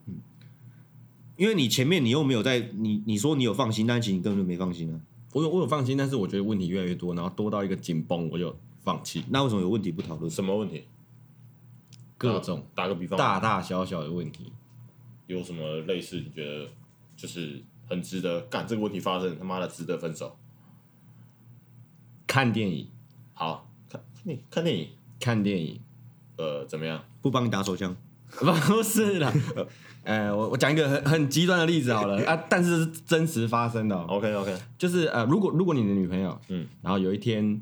[SPEAKER 3] 因为你前面你又没有在你你说你有放心，但其实你根本就没放心啊。
[SPEAKER 2] 我有我有放心，但是我觉得问题越来越多，然后多到一个紧绷，我就放弃
[SPEAKER 3] 那为什么有问题不讨论？
[SPEAKER 1] 什么问题？
[SPEAKER 2] 各种
[SPEAKER 1] 打个比方，
[SPEAKER 2] 大大小小的问题。
[SPEAKER 1] 有什么类似你觉得就是很值得干这个问题发生，他妈的值得分手？
[SPEAKER 2] 看电影，
[SPEAKER 1] 好看你看电影，
[SPEAKER 2] 看电影，
[SPEAKER 1] 呃，怎么样？
[SPEAKER 3] 不帮你打手枪，
[SPEAKER 2] 不是啦。呃，我我讲一个很很极端的例子好了啊，但是是真实发生的、哦。
[SPEAKER 1] OK OK，
[SPEAKER 2] 就是呃，如果如果你的女朋友，嗯
[SPEAKER 1] 嗯，
[SPEAKER 2] 然后有一天，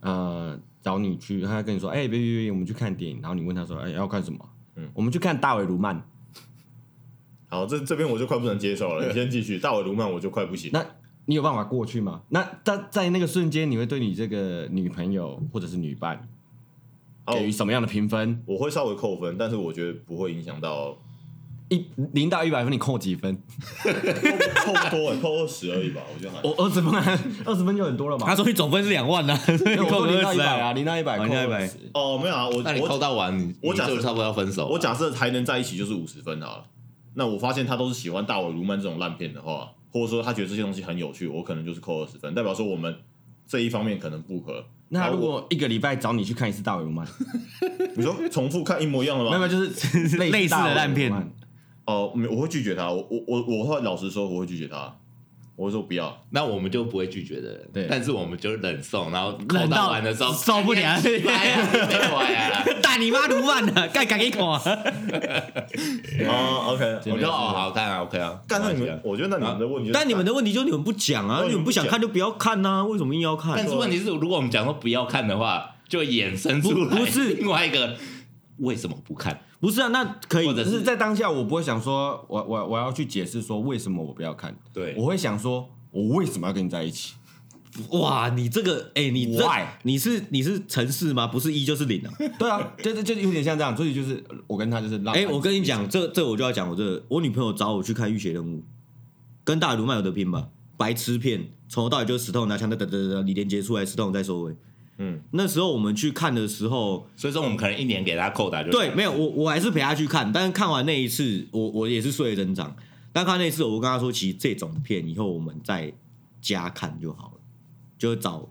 [SPEAKER 2] 呃，找你去，她跟你说，哎、b a b y baby，我们去看电影，然后你问她说，哎、要看什么？嗯
[SPEAKER 1] 嗯，
[SPEAKER 2] 我们去看《大尾卢曼》。
[SPEAKER 1] 好，这这边我就快不能接受了，你先继续。大尾卢曼我就快不行。
[SPEAKER 2] 那你有办法过去吗？那在在那个瞬间，你会对你这个女朋友或者是女伴
[SPEAKER 3] 哦
[SPEAKER 1] 好
[SPEAKER 2] 给予什么样的评分？
[SPEAKER 1] 我会稍微扣分，但是我觉得不会影响到
[SPEAKER 2] 一零到一百分，你扣几分？
[SPEAKER 1] 扣不多、欸，扣二十而已吧，我觉得还。
[SPEAKER 2] 我二十分， 二十分就很多了嘛。
[SPEAKER 3] 啊他说你总分是两万呢、啊，所以你
[SPEAKER 2] 没有我
[SPEAKER 3] 扣
[SPEAKER 2] 说
[SPEAKER 3] 个
[SPEAKER 2] 零到
[SPEAKER 3] 二
[SPEAKER 2] 一
[SPEAKER 3] 十
[SPEAKER 2] 百
[SPEAKER 3] 啊
[SPEAKER 2] 啊，。零到一百扣
[SPEAKER 3] 哦100
[SPEAKER 2] 20
[SPEAKER 1] 哦，没有啊，我
[SPEAKER 4] 那你
[SPEAKER 1] 我
[SPEAKER 4] 扣到完，你
[SPEAKER 1] 我
[SPEAKER 4] 你
[SPEAKER 1] 假设
[SPEAKER 4] 就差不多要分手了。
[SPEAKER 1] 我假设还能在一起就是五十分好了。那我发现他都是喜欢大尾卢曼这种烂片的话，或者说他觉得这些东西很有趣，我可能就是扣二十分，代表说我们这一方面可能不合。
[SPEAKER 2] 那
[SPEAKER 1] 然后
[SPEAKER 2] 如
[SPEAKER 1] 我
[SPEAKER 2] 果一个礼拜找你去看一次《大尾卢曼》，
[SPEAKER 1] 你说重复看一模一样的
[SPEAKER 2] 没有没
[SPEAKER 1] 吗？
[SPEAKER 2] 有，就是
[SPEAKER 3] 哦 类似的
[SPEAKER 2] 大尾
[SPEAKER 3] 烂片
[SPEAKER 2] 卢曼
[SPEAKER 1] 哦，没有我会拒绝他，我我我我会老实说，我会拒绝他，我会说不要。
[SPEAKER 4] 那我们就不会拒绝的人，
[SPEAKER 2] 对
[SPEAKER 4] 但是我们就忍受，然后
[SPEAKER 3] 忍
[SPEAKER 4] 扣
[SPEAKER 3] 到
[SPEAKER 4] 到完的时 候
[SPEAKER 3] 受不了
[SPEAKER 4] 哎呀没有啊呀，
[SPEAKER 3] 打你妈卢曼呢、啊，干敢给口啊！
[SPEAKER 1] 哦，OK，
[SPEAKER 4] 我
[SPEAKER 1] 我
[SPEAKER 4] 就
[SPEAKER 1] 就
[SPEAKER 4] 哦好看啊，OK 啊，
[SPEAKER 1] 干那你
[SPEAKER 4] 没关
[SPEAKER 1] 们，
[SPEAKER 4] 系啊
[SPEAKER 1] 我觉得那你们的问题就是，
[SPEAKER 3] 但你们的问题就是你们不讲啊，
[SPEAKER 1] 对
[SPEAKER 3] 你们不想看就不要看呐、啊，为什么硬要看
[SPEAKER 4] 但？是问题是，如果我们讲说不要看的话，就衍生出来
[SPEAKER 3] 不不是
[SPEAKER 4] 另外一个为什么不看？
[SPEAKER 3] 不是啊，那可以
[SPEAKER 4] 或，者
[SPEAKER 2] 只是
[SPEAKER 4] 是
[SPEAKER 2] 在当下，我不会想说我我我要去解释说为什么我不要看，
[SPEAKER 4] 对
[SPEAKER 2] 我会想说我为什么要跟你在一起？
[SPEAKER 3] 哇，你这个，哎、你这
[SPEAKER 2] Why？
[SPEAKER 3] 你是你是城市吗？不是一就是零啊！
[SPEAKER 2] 对啊，就就就有点像这样，所以就是呃我跟他就是浪
[SPEAKER 3] 哎、
[SPEAKER 2] 漫。
[SPEAKER 3] 我跟你讲，这这我就要讲，我这个我女朋友找我去看《浴血任务》，跟大卢曼有得拼吧？白痴片，从头到尾就是石头拿枪，哒哒哒哒，李连杰出来，石头再收尾。
[SPEAKER 1] 嗯，
[SPEAKER 3] 那时候我们去看的时候，
[SPEAKER 4] 所以说我们可能一年给他扣打就
[SPEAKER 3] 对，没有我我还是陪她去看，但是看完那一次，我我也是睡了整场。但看那一次，我跟她说，其实这种片以后我们在家看就好了，就找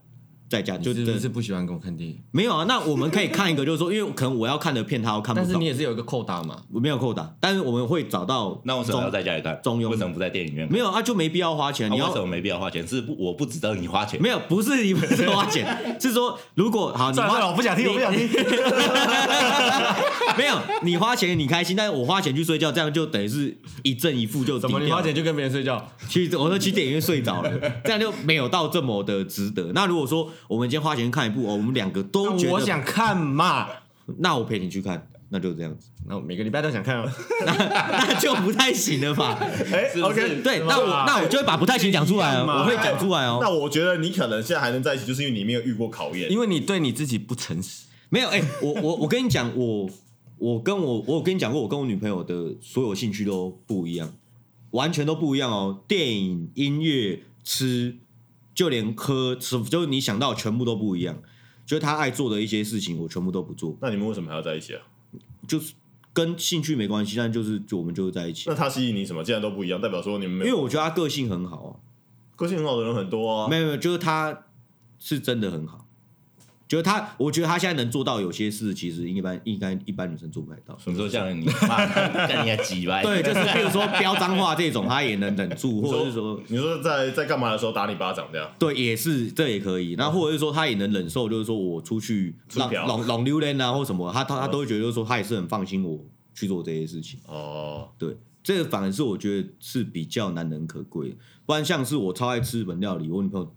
[SPEAKER 3] 在家
[SPEAKER 2] 就
[SPEAKER 3] 就
[SPEAKER 2] 真
[SPEAKER 3] 真的
[SPEAKER 2] 的是不喜欢跟我看电影，
[SPEAKER 3] 没有啊。那我们可以看一个，就是说，因为可能我要看的片她都看不
[SPEAKER 2] 但
[SPEAKER 3] 懂，
[SPEAKER 2] 是你也是有一个扣打嘛，
[SPEAKER 3] 我没有扣打，但是我们会找到
[SPEAKER 4] 那为什么要在家里看？
[SPEAKER 3] 中庸
[SPEAKER 4] 为什么不在电影院看？
[SPEAKER 3] 没有啊，就没必要花钱。
[SPEAKER 4] 啊
[SPEAKER 3] 你要
[SPEAKER 4] 为什么没必要花钱？是不我不值得你花 钱。
[SPEAKER 3] 没有？不是你不是花钱，是说如果好，你
[SPEAKER 2] 算了
[SPEAKER 3] 花
[SPEAKER 2] 算了我不想听
[SPEAKER 3] 你
[SPEAKER 2] 我不想听
[SPEAKER 3] 没有，你花钱你开心，但是我花钱去睡觉，这样就等于是一正一负就
[SPEAKER 2] 怎么
[SPEAKER 3] 抵
[SPEAKER 2] 你
[SPEAKER 3] 掉
[SPEAKER 2] 花钱就跟别人睡 觉？
[SPEAKER 3] 去我说去电影院睡着了，这样就没有到这么的值得。那如果说我们今天花钱看一部哦，我们两个都觉得，
[SPEAKER 2] 我想看嘛，
[SPEAKER 3] 那我陪你去看，那就这样子，
[SPEAKER 2] 那我每个礼拜都想看 啊。
[SPEAKER 3] 那就不太行了吧？
[SPEAKER 1] 哎
[SPEAKER 4] 是不是
[SPEAKER 1] ，OK，
[SPEAKER 3] 对，
[SPEAKER 1] 是吧
[SPEAKER 3] 那我那我就会把不太行讲出来
[SPEAKER 2] 一样
[SPEAKER 3] 哦，
[SPEAKER 2] 嘛
[SPEAKER 3] 我会讲出来哦。
[SPEAKER 1] 那我觉得你可能现在还能在一起，就是因为你没有遇过考验。
[SPEAKER 2] 因为你对你自己不诚实，
[SPEAKER 3] 没有，哎、我我我跟你讲，我我跟我我有跟你讲过，我跟我女朋友的所有兴趣都不一样，完全都不一样哦。电影、音乐、吃，就连喝吃，就是你想到全部都不一样。就是她爱做的一些事情，我全部都不做，
[SPEAKER 1] 那你们为什么还要在一起啊？
[SPEAKER 3] 就是跟兴趣没关系，但就是就我们就是在一起
[SPEAKER 1] 那，他吸引你什么？既然都不一样，代表说你们
[SPEAKER 3] 因
[SPEAKER 1] 没
[SPEAKER 3] 为
[SPEAKER 1] 有
[SPEAKER 3] 我觉得她个性很好啊。
[SPEAKER 1] 个性很好的人很多啊。
[SPEAKER 3] 没有没有，就是她是真的很好，就是他，我觉得他现在能做到有些事，其实一般一般一般女生做不太到。
[SPEAKER 4] 你说像你骂， 干你还急吧？
[SPEAKER 3] 对，就是比 如说飙脏话这种，他也能忍住，或者是说
[SPEAKER 1] 你说在在干嘛的时候打你巴掌这样，
[SPEAKER 3] 对，也是这也可以。那或者是说他也能忍受，就是说我出去
[SPEAKER 1] 嗯出嗯
[SPEAKER 3] 浪
[SPEAKER 1] 嫖
[SPEAKER 3] 浪浪溜人啊，或什么，他他他都会觉得就是说他也是很放心我去做这些事情。
[SPEAKER 1] 哦，
[SPEAKER 3] 对，这个反而是我觉得是比较难能可贵的。不然像是我超爱吃日本料理，我女朋友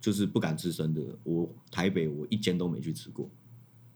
[SPEAKER 3] 就是不敢吃生的，我台北我一间都没去吃过，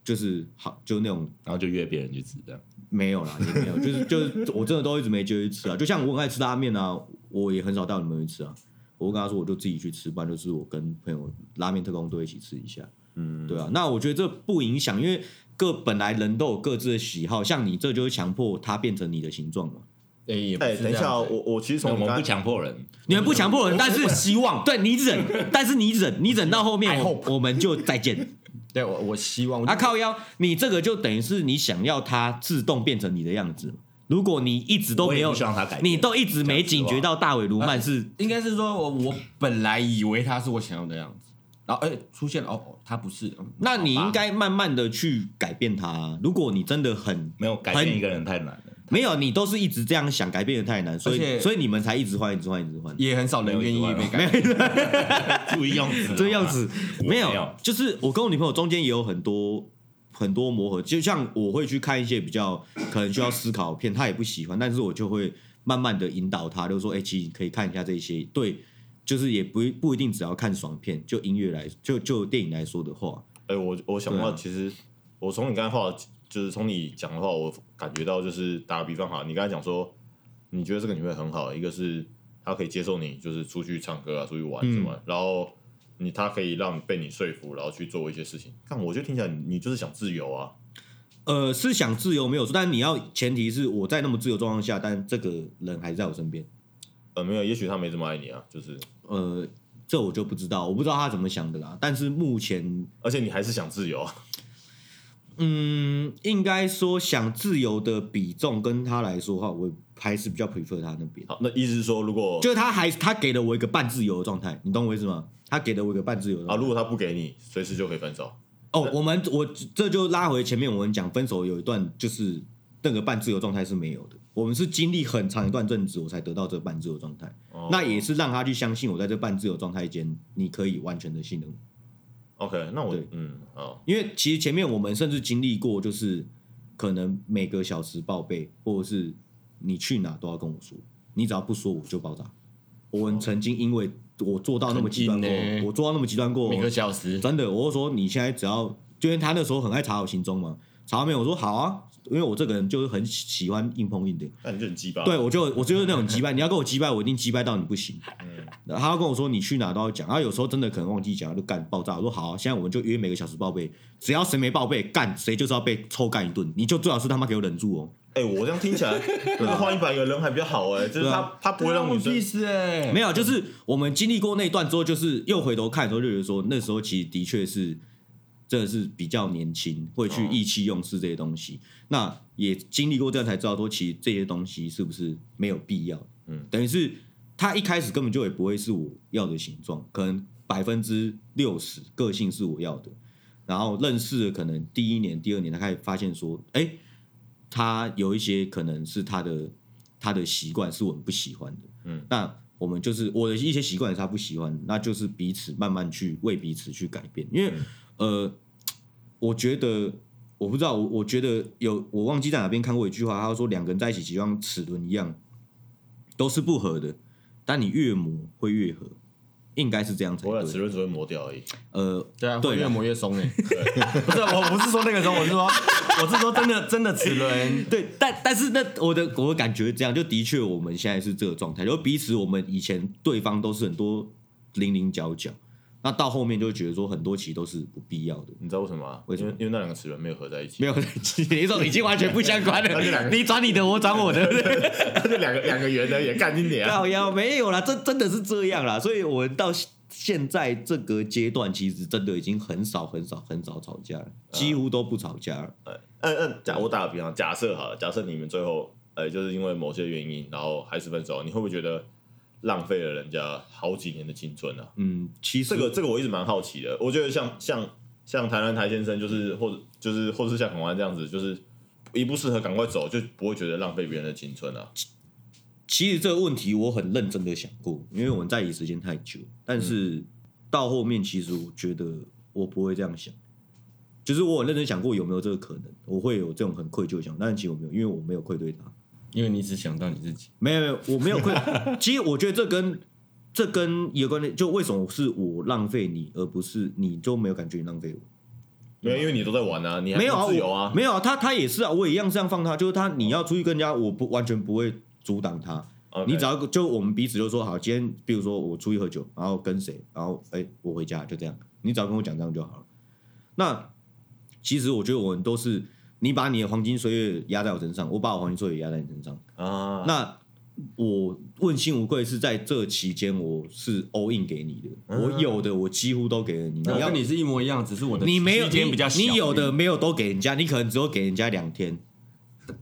[SPEAKER 3] 就是好就那种
[SPEAKER 4] 然后就约别人去吃这样。
[SPEAKER 3] 没有啦，也没有， 就是就是我真的都一直没机会去吃啊。就像我很爱吃拉面啊，我也很少带我女朋友去吃啊。我跟她说，我就自己去吃，不然就是我跟朋友拉面特工队一起吃一下。嗯，对啊。那我觉得这不影响，因为各本来人都有各自的喜好，像你这就是强迫它变成你的形状嘛。
[SPEAKER 2] 哎、也不
[SPEAKER 1] 哎、
[SPEAKER 2] 是
[SPEAKER 1] 等一
[SPEAKER 2] 这样
[SPEAKER 1] 下，
[SPEAKER 2] 子
[SPEAKER 1] 我我其实
[SPEAKER 4] 我
[SPEAKER 1] 从
[SPEAKER 4] 们
[SPEAKER 1] 刚
[SPEAKER 4] 不强迫人，
[SPEAKER 3] 你们不强迫人，但
[SPEAKER 2] 我
[SPEAKER 3] 是
[SPEAKER 2] 希望
[SPEAKER 3] 对你 忍，但是你忍，你忍到后面我我们就再见。
[SPEAKER 2] 对我 我希望
[SPEAKER 3] 啊靠腰，你这个就等于是你想要它自动变成你的样子嘛。如果你一直都
[SPEAKER 4] 我
[SPEAKER 3] 没
[SPEAKER 4] 也
[SPEAKER 3] 有
[SPEAKER 4] 不希望他改变。
[SPEAKER 3] 你都一直没警觉到大尾卢曼是
[SPEAKER 2] 应该是说我我本来以为他是我想要的样子，然后哎、出现了哦，他不是，嗯
[SPEAKER 3] 那你
[SPEAKER 2] 好吧
[SPEAKER 3] 应该慢慢的去改变它啊。如果你真的很
[SPEAKER 4] 没有改变一个人太难了，
[SPEAKER 3] 没有，你都是一直这样想，改变的太难，所
[SPEAKER 2] 而且
[SPEAKER 3] 以所以你们才一直换，一直换，一直换。
[SPEAKER 2] 也很少人愿意被改变。
[SPEAKER 4] 注意 用词，啊
[SPEAKER 3] 这 样子
[SPEAKER 4] 我
[SPEAKER 3] 啊没
[SPEAKER 4] 没
[SPEAKER 3] 有
[SPEAKER 4] 有，
[SPEAKER 3] 就是我跟我女朋友中间也有很多很多磨合，就像我会去看一些比较可能需要思考的片，她也不喜欢，但是我就会慢慢的引导她，就说，哎、其实你可以看一下这些，对，就是也不不一定只要看爽片，就音乐来，就就电影来说的话，
[SPEAKER 1] 哎、我我想
[SPEAKER 3] 对
[SPEAKER 1] 到，
[SPEAKER 3] 啊
[SPEAKER 1] 其实我从你刚才话，就是从你讲的话，我感觉到就是打个比方哈，你刚才讲说，你觉得这个女朋友很好，一个是她可以接受你，就是出去唱歌啊，出去玩什么，
[SPEAKER 3] 嗯
[SPEAKER 1] 然后你她可以让被你说服，然后去做一些事情。看，我就听起来你就是想自由啊，
[SPEAKER 3] 呃，是想自由没有错，但你要前提是我在那么自由状况下，但这个人还在我身边。
[SPEAKER 1] 呃，没有，也许她没这么爱你啊，就是，
[SPEAKER 3] 呃，这我就不知道，我不知道他怎么想的啦。但是目前，
[SPEAKER 1] 而且你还是想自由啊，
[SPEAKER 3] 嗯，应该说想自由的比重跟他来说的话，我还是比较 prefer 他那边。
[SPEAKER 1] 好，那意思是说，如果
[SPEAKER 3] 就是他还他给了我一个半自由的状态，你懂我意思吗？他给了我一个半自由的状态
[SPEAKER 1] 啊，如果她不给你，随时就可以分手。
[SPEAKER 3] 哦，我们我这就拉回前面我们讲分手有一段就是那个半自由状态是没有的，我们是经历很长一段阵子我才得到这个半自由状态，
[SPEAKER 1] 哦
[SPEAKER 3] 那也是让他去相信我在这半自由状态间你可以完全的信任我，
[SPEAKER 1] OK，那我
[SPEAKER 3] 对
[SPEAKER 1] 嗯，好，
[SPEAKER 3] 因为其实前面我们甚至经历过就是可能每个小时报备，或者是你去哪都要跟我说，你只要不说我就爆炸。我们曾经因为我做到那么极端过
[SPEAKER 2] 哦很近，呢
[SPEAKER 3] 我做到那么极端过，
[SPEAKER 2] 每个小时，
[SPEAKER 3] 真的，我就说你现在只要，就因为他那时候很爱查我行踪嘛，查到没有？我说好啊，因为我这个人就是很喜欢硬碰硬的，
[SPEAKER 1] 那你就很鸡巴。
[SPEAKER 3] 对我就我就是那种击败，你要跟我击败，我一定击败到你不行。然后他要跟我说你去哪都要讲，然后有时候真的可能忘记讲，就干爆炸。我说好啊、现在我们就约每个小时报备，只要谁没报备，干谁就是要被抽干一顿，你就最好是他妈给我忍住哦。
[SPEAKER 1] 哎、我这样听起 来，那换一百个人还比较好哎、就是
[SPEAKER 3] 对
[SPEAKER 1] 他、
[SPEAKER 3] 啊
[SPEAKER 1] 他不会让女
[SPEAKER 2] 我
[SPEAKER 1] 生
[SPEAKER 2] 屁事哎，
[SPEAKER 3] 没有，就是我们经历过那一段之后，就是又回头看的时候，就觉得说那时候其实的确是，真的是比较年轻，会去
[SPEAKER 1] 哦
[SPEAKER 3] 意气用事这些东西。那也经历过这样才知道说，其实这些东西是不是没有必要。
[SPEAKER 1] 嗯
[SPEAKER 3] 嗯，等于是他一开始根本就也不会是我要的形状，可能百分之六十个性是我要的。然后认识了可能第一年、第二年，他开始发现说，哎，他有一些可能是他的他的习惯是我们不喜欢的。那我们就是我的一些习惯是他不喜欢，那就是彼此慢慢去为彼此去改变，因为、呃，我觉得我不知道，我我觉得有我忘记在哪边看过一句话，他说两个人在一起就像齿轮一样，都是不合的，但你越磨会越合，应该是这样才
[SPEAKER 1] 我把齿
[SPEAKER 3] 对。
[SPEAKER 1] 轮只会磨掉而已。
[SPEAKER 3] 呃，
[SPEAKER 2] 对啊，
[SPEAKER 3] 对啊
[SPEAKER 2] 会越磨越松 哎。不是，我不是说那个松，我是说，我是说真的真的齿轮。
[SPEAKER 3] 对，但但是那我的我的感觉是这样，就的确我们现在是这个状态，就彼此我们以前对方都是很多零零角角，那到后面就会觉得说很多其实都是不必要的。
[SPEAKER 1] 你知道为什么吗？
[SPEAKER 3] 为什么
[SPEAKER 1] 因为因为那两个齿轮没有合在一起，
[SPEAKER 3] 没有，你种已经完全不相关了。你转你的，我转我的，对不对？
[SPEAKER 1] 就两个两个圆的也干你点啊！
[SPEAKER 3] 靠腰没有啦，这真的是这样啦。所以我到现在这个阶段，其实真的已经很少、很少、很少吵架了，几乎都不吵架了。
[SPEAKER 1] 嗯嗯，假我打个比方，假设好了，假设你们最后呃就是因为某些原因，然后还是分手，你会不会觉得浪费了人家好几年的青春啊？
[SPEAKER 3] 嗯，其实
[SPEAKER 1] 这个这个我一直蛮好奇的，我觉得像像像台南台先生，就是或者就是或是像港湾这样子，就是一不适合赶快走，就不会觉得浪费别人的青春啊。
[SPEAKER 3] 其实这个问题我很认真的想过，因为我们在一起时间太久，但是到后面其实我觉得我不会这样想，就是我很认真想过有没有这个可能，我会有这种很愧疚的想法，但是其实我没有，因为我没有愧对他，
[SPEAKER 2] 因为你只想到你自己。
[SPEAKER 3] 没有没有，我没 有愧。其实我觉得这跟这跟有关的，就为什么是我浪费你，而不是你都没有感觉你浪费我。
[SPEAKER 1] 没有，因为你都在玩啊，你还
[SPEAKER 3] 没有啊，
[SPEAKER 1] 自由
[SPEAKER 3] 我
[SPEAKER 1] 啊。
[SPEAKER 3] 没有啊，他他也是啊，我也一样这样放他，就是他你要出去跟人家，我不完全不会阻挡他。
[SPEAKER 1] OK
[SPEAKER 3] 你只要就我们彼此就说好，今天比如说我出去喝酒，然后跟谁，然后哎、我回家就这样，你只要跟我讲这样就好了。那其实我觉得我们都是你把你的黄金岁月压在我身上，我把我黄金岁月压在你身上。
[SPEAKER 1] 啊，
[SPEAKER 3] 那我问心无愧是在这期间我是 all in 给你的，我有的我几乎都给了你，
[SPEAKER 2] 嗯我
[SPEAKER 3] 你要
[SPEAKER 2] 跟你是一模一样，只是我的
[SPEAKER 3] 你没有
[SPEAKER 2] 区间比较小
[SPEAKER 3] 你，你有的没有都给人家，你可能只有给人家两天，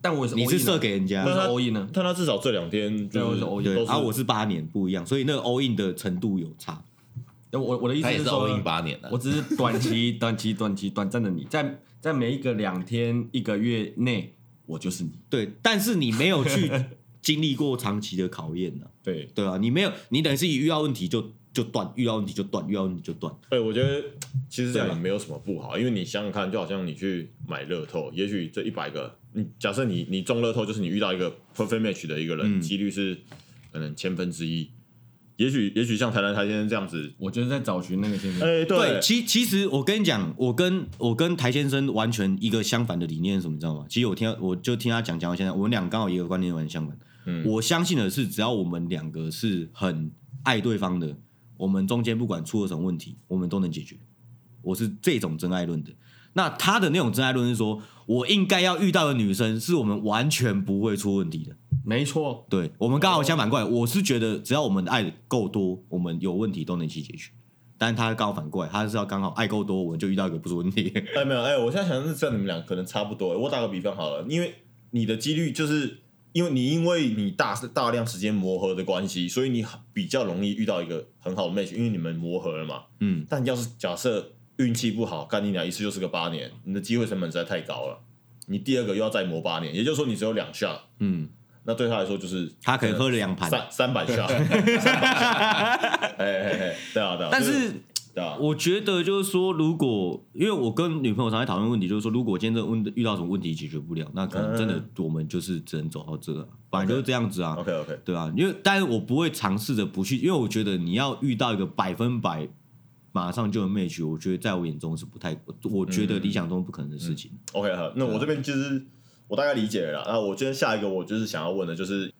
[SPEAKER 2] 但我是
[SPEAKER 3] 你是
[SPEAKER 2] all in 啊
[SPEAKER 3] 设给人家
[SPEAKER 2] 我
[SPEAKER 1] 那
[SPEAKER 2] 是
[SPEAKER 1] 他
[SPEAKER 2] all in 呢？
[SPEAKER 1] 但他至少这两天
[SPEAKER 2] 对
[SPEAKER 1] 就
[SPEAKER 2] 我
[SPEAKER 1] 是
[SPEAKER 2] 是
[SPEAKER 1] 都
[SPEAKER 2] all in
[SPEAKER 1] 是
[SPEAKER 3] 对，啊，我是八年不一样，所以那个 all in 的程度有差。
[SPEAKER 2] 我我的意思
[SPEAKER 4] 他也是
[SPEAKER 2] 说
[SPEAKER 4] all in 八年的
[SPEAKER 2] 我，只是短期、短期、短期、短暂的你，在在每一个两天、一个月内，我就是你。
[SPEAKER 3] 对，但是你没有去经历过长期的考验 呢、
[SPEAKER 1] 对。
[SPEAKER 3] 对啊，你没有，你等于是一遇到问题就就断，遇到问题就断，遇到问题就断。
[SPEAKER 1] 对，我觉得其实这样也
[SPEAKER 3] 对吧
[SPEAKER 1] 没有什么不好，因为你想想看，就好像你去买乐透，也许这一百个，你假设你你中乐透，就是你遇到一个 perfect match 的一个人，
[SPEAKER 3] 嗯
[SPEAKER 1] 几率是可能千分之一。也许也许像台南台先生这样子，
[SPEAKER 2] 我就是在找寻那个先生。
[SPEAKER 1] 哎，
[SPEAKER 3] 嗯对，其其实我跟你讲，我跟我跟台先生完全一个相反的理念是什么，你知道吗？其实我听他我就听他讲讲到现在，我们俩刚好也有观念完全相反。
[SPEAKER 1] 嗯
[SPEAKER 3] 我相信的是，只要我们两个是很爱对方的，我们中间不管出了什么问题，我们都能解决。我是这种真爱论的。那他的那种真爱论是说，我应该要遇到的女生是我们完全不会出问题的。
[SPEAKER 2] 没错，
[SPEAKER 3] 对我们刚好相反
[SPEAKER 1] 哦
[SPEAKER 3] 过来，我是觉得只要我们的爱够多，我们有问题都能一起解决。但是他刚好反过来，他是要刚好爱够多，我们就遇到一个不是问题。
[SPEAKER 1] 哎，没有，哎，我现在想是这样，你们俩可能差不多。我打个比方好了，因为你的几率就是因为你因为你大大量时间磨合的关系，所以你比较容易遇到一个很好的 match，因为你们磨合了嘛。
[SPEAKER 3] 嗯，
[SPEAKER 1] 但要是假设运气不好，干你俩一次就是个八年，你的机会成本实在太高了。你第二个又要再磨八年，也就是说你只有两下，
[SPEAKER 3] 嗯，
[SPEAKER 1] 那对他来说就是
[SPEAKER 3] 他可能喝了两盘，
[SPEAKER 1] 三三百下。三百下哎哎哎，对啊对啊，
[SPEAKER 3] 但
[SPEAKER 1] 就是对啊，
[SPEAKER 3] 我觉得就是说，如果因为我跟女朋友常在讨论问题，就是说，如果今天这问遇到什么问题解决不了，那可能真的我们就是只能走到这啊，本来就是这样子啊，
[SPEAKER 1] 嗯 OK OK，
[SPEAKER 3] 对啊，因为但是我不会尝试着不去，因为我觉得你要遇到一个百分百马上就能 match，我觉得在我眼中是不太，我觉得理想中不可能的事情。
[SPEAKER 1] OK，好，那我这边就是我大概理解了啦。那我今天下一个我就是想要问的，就是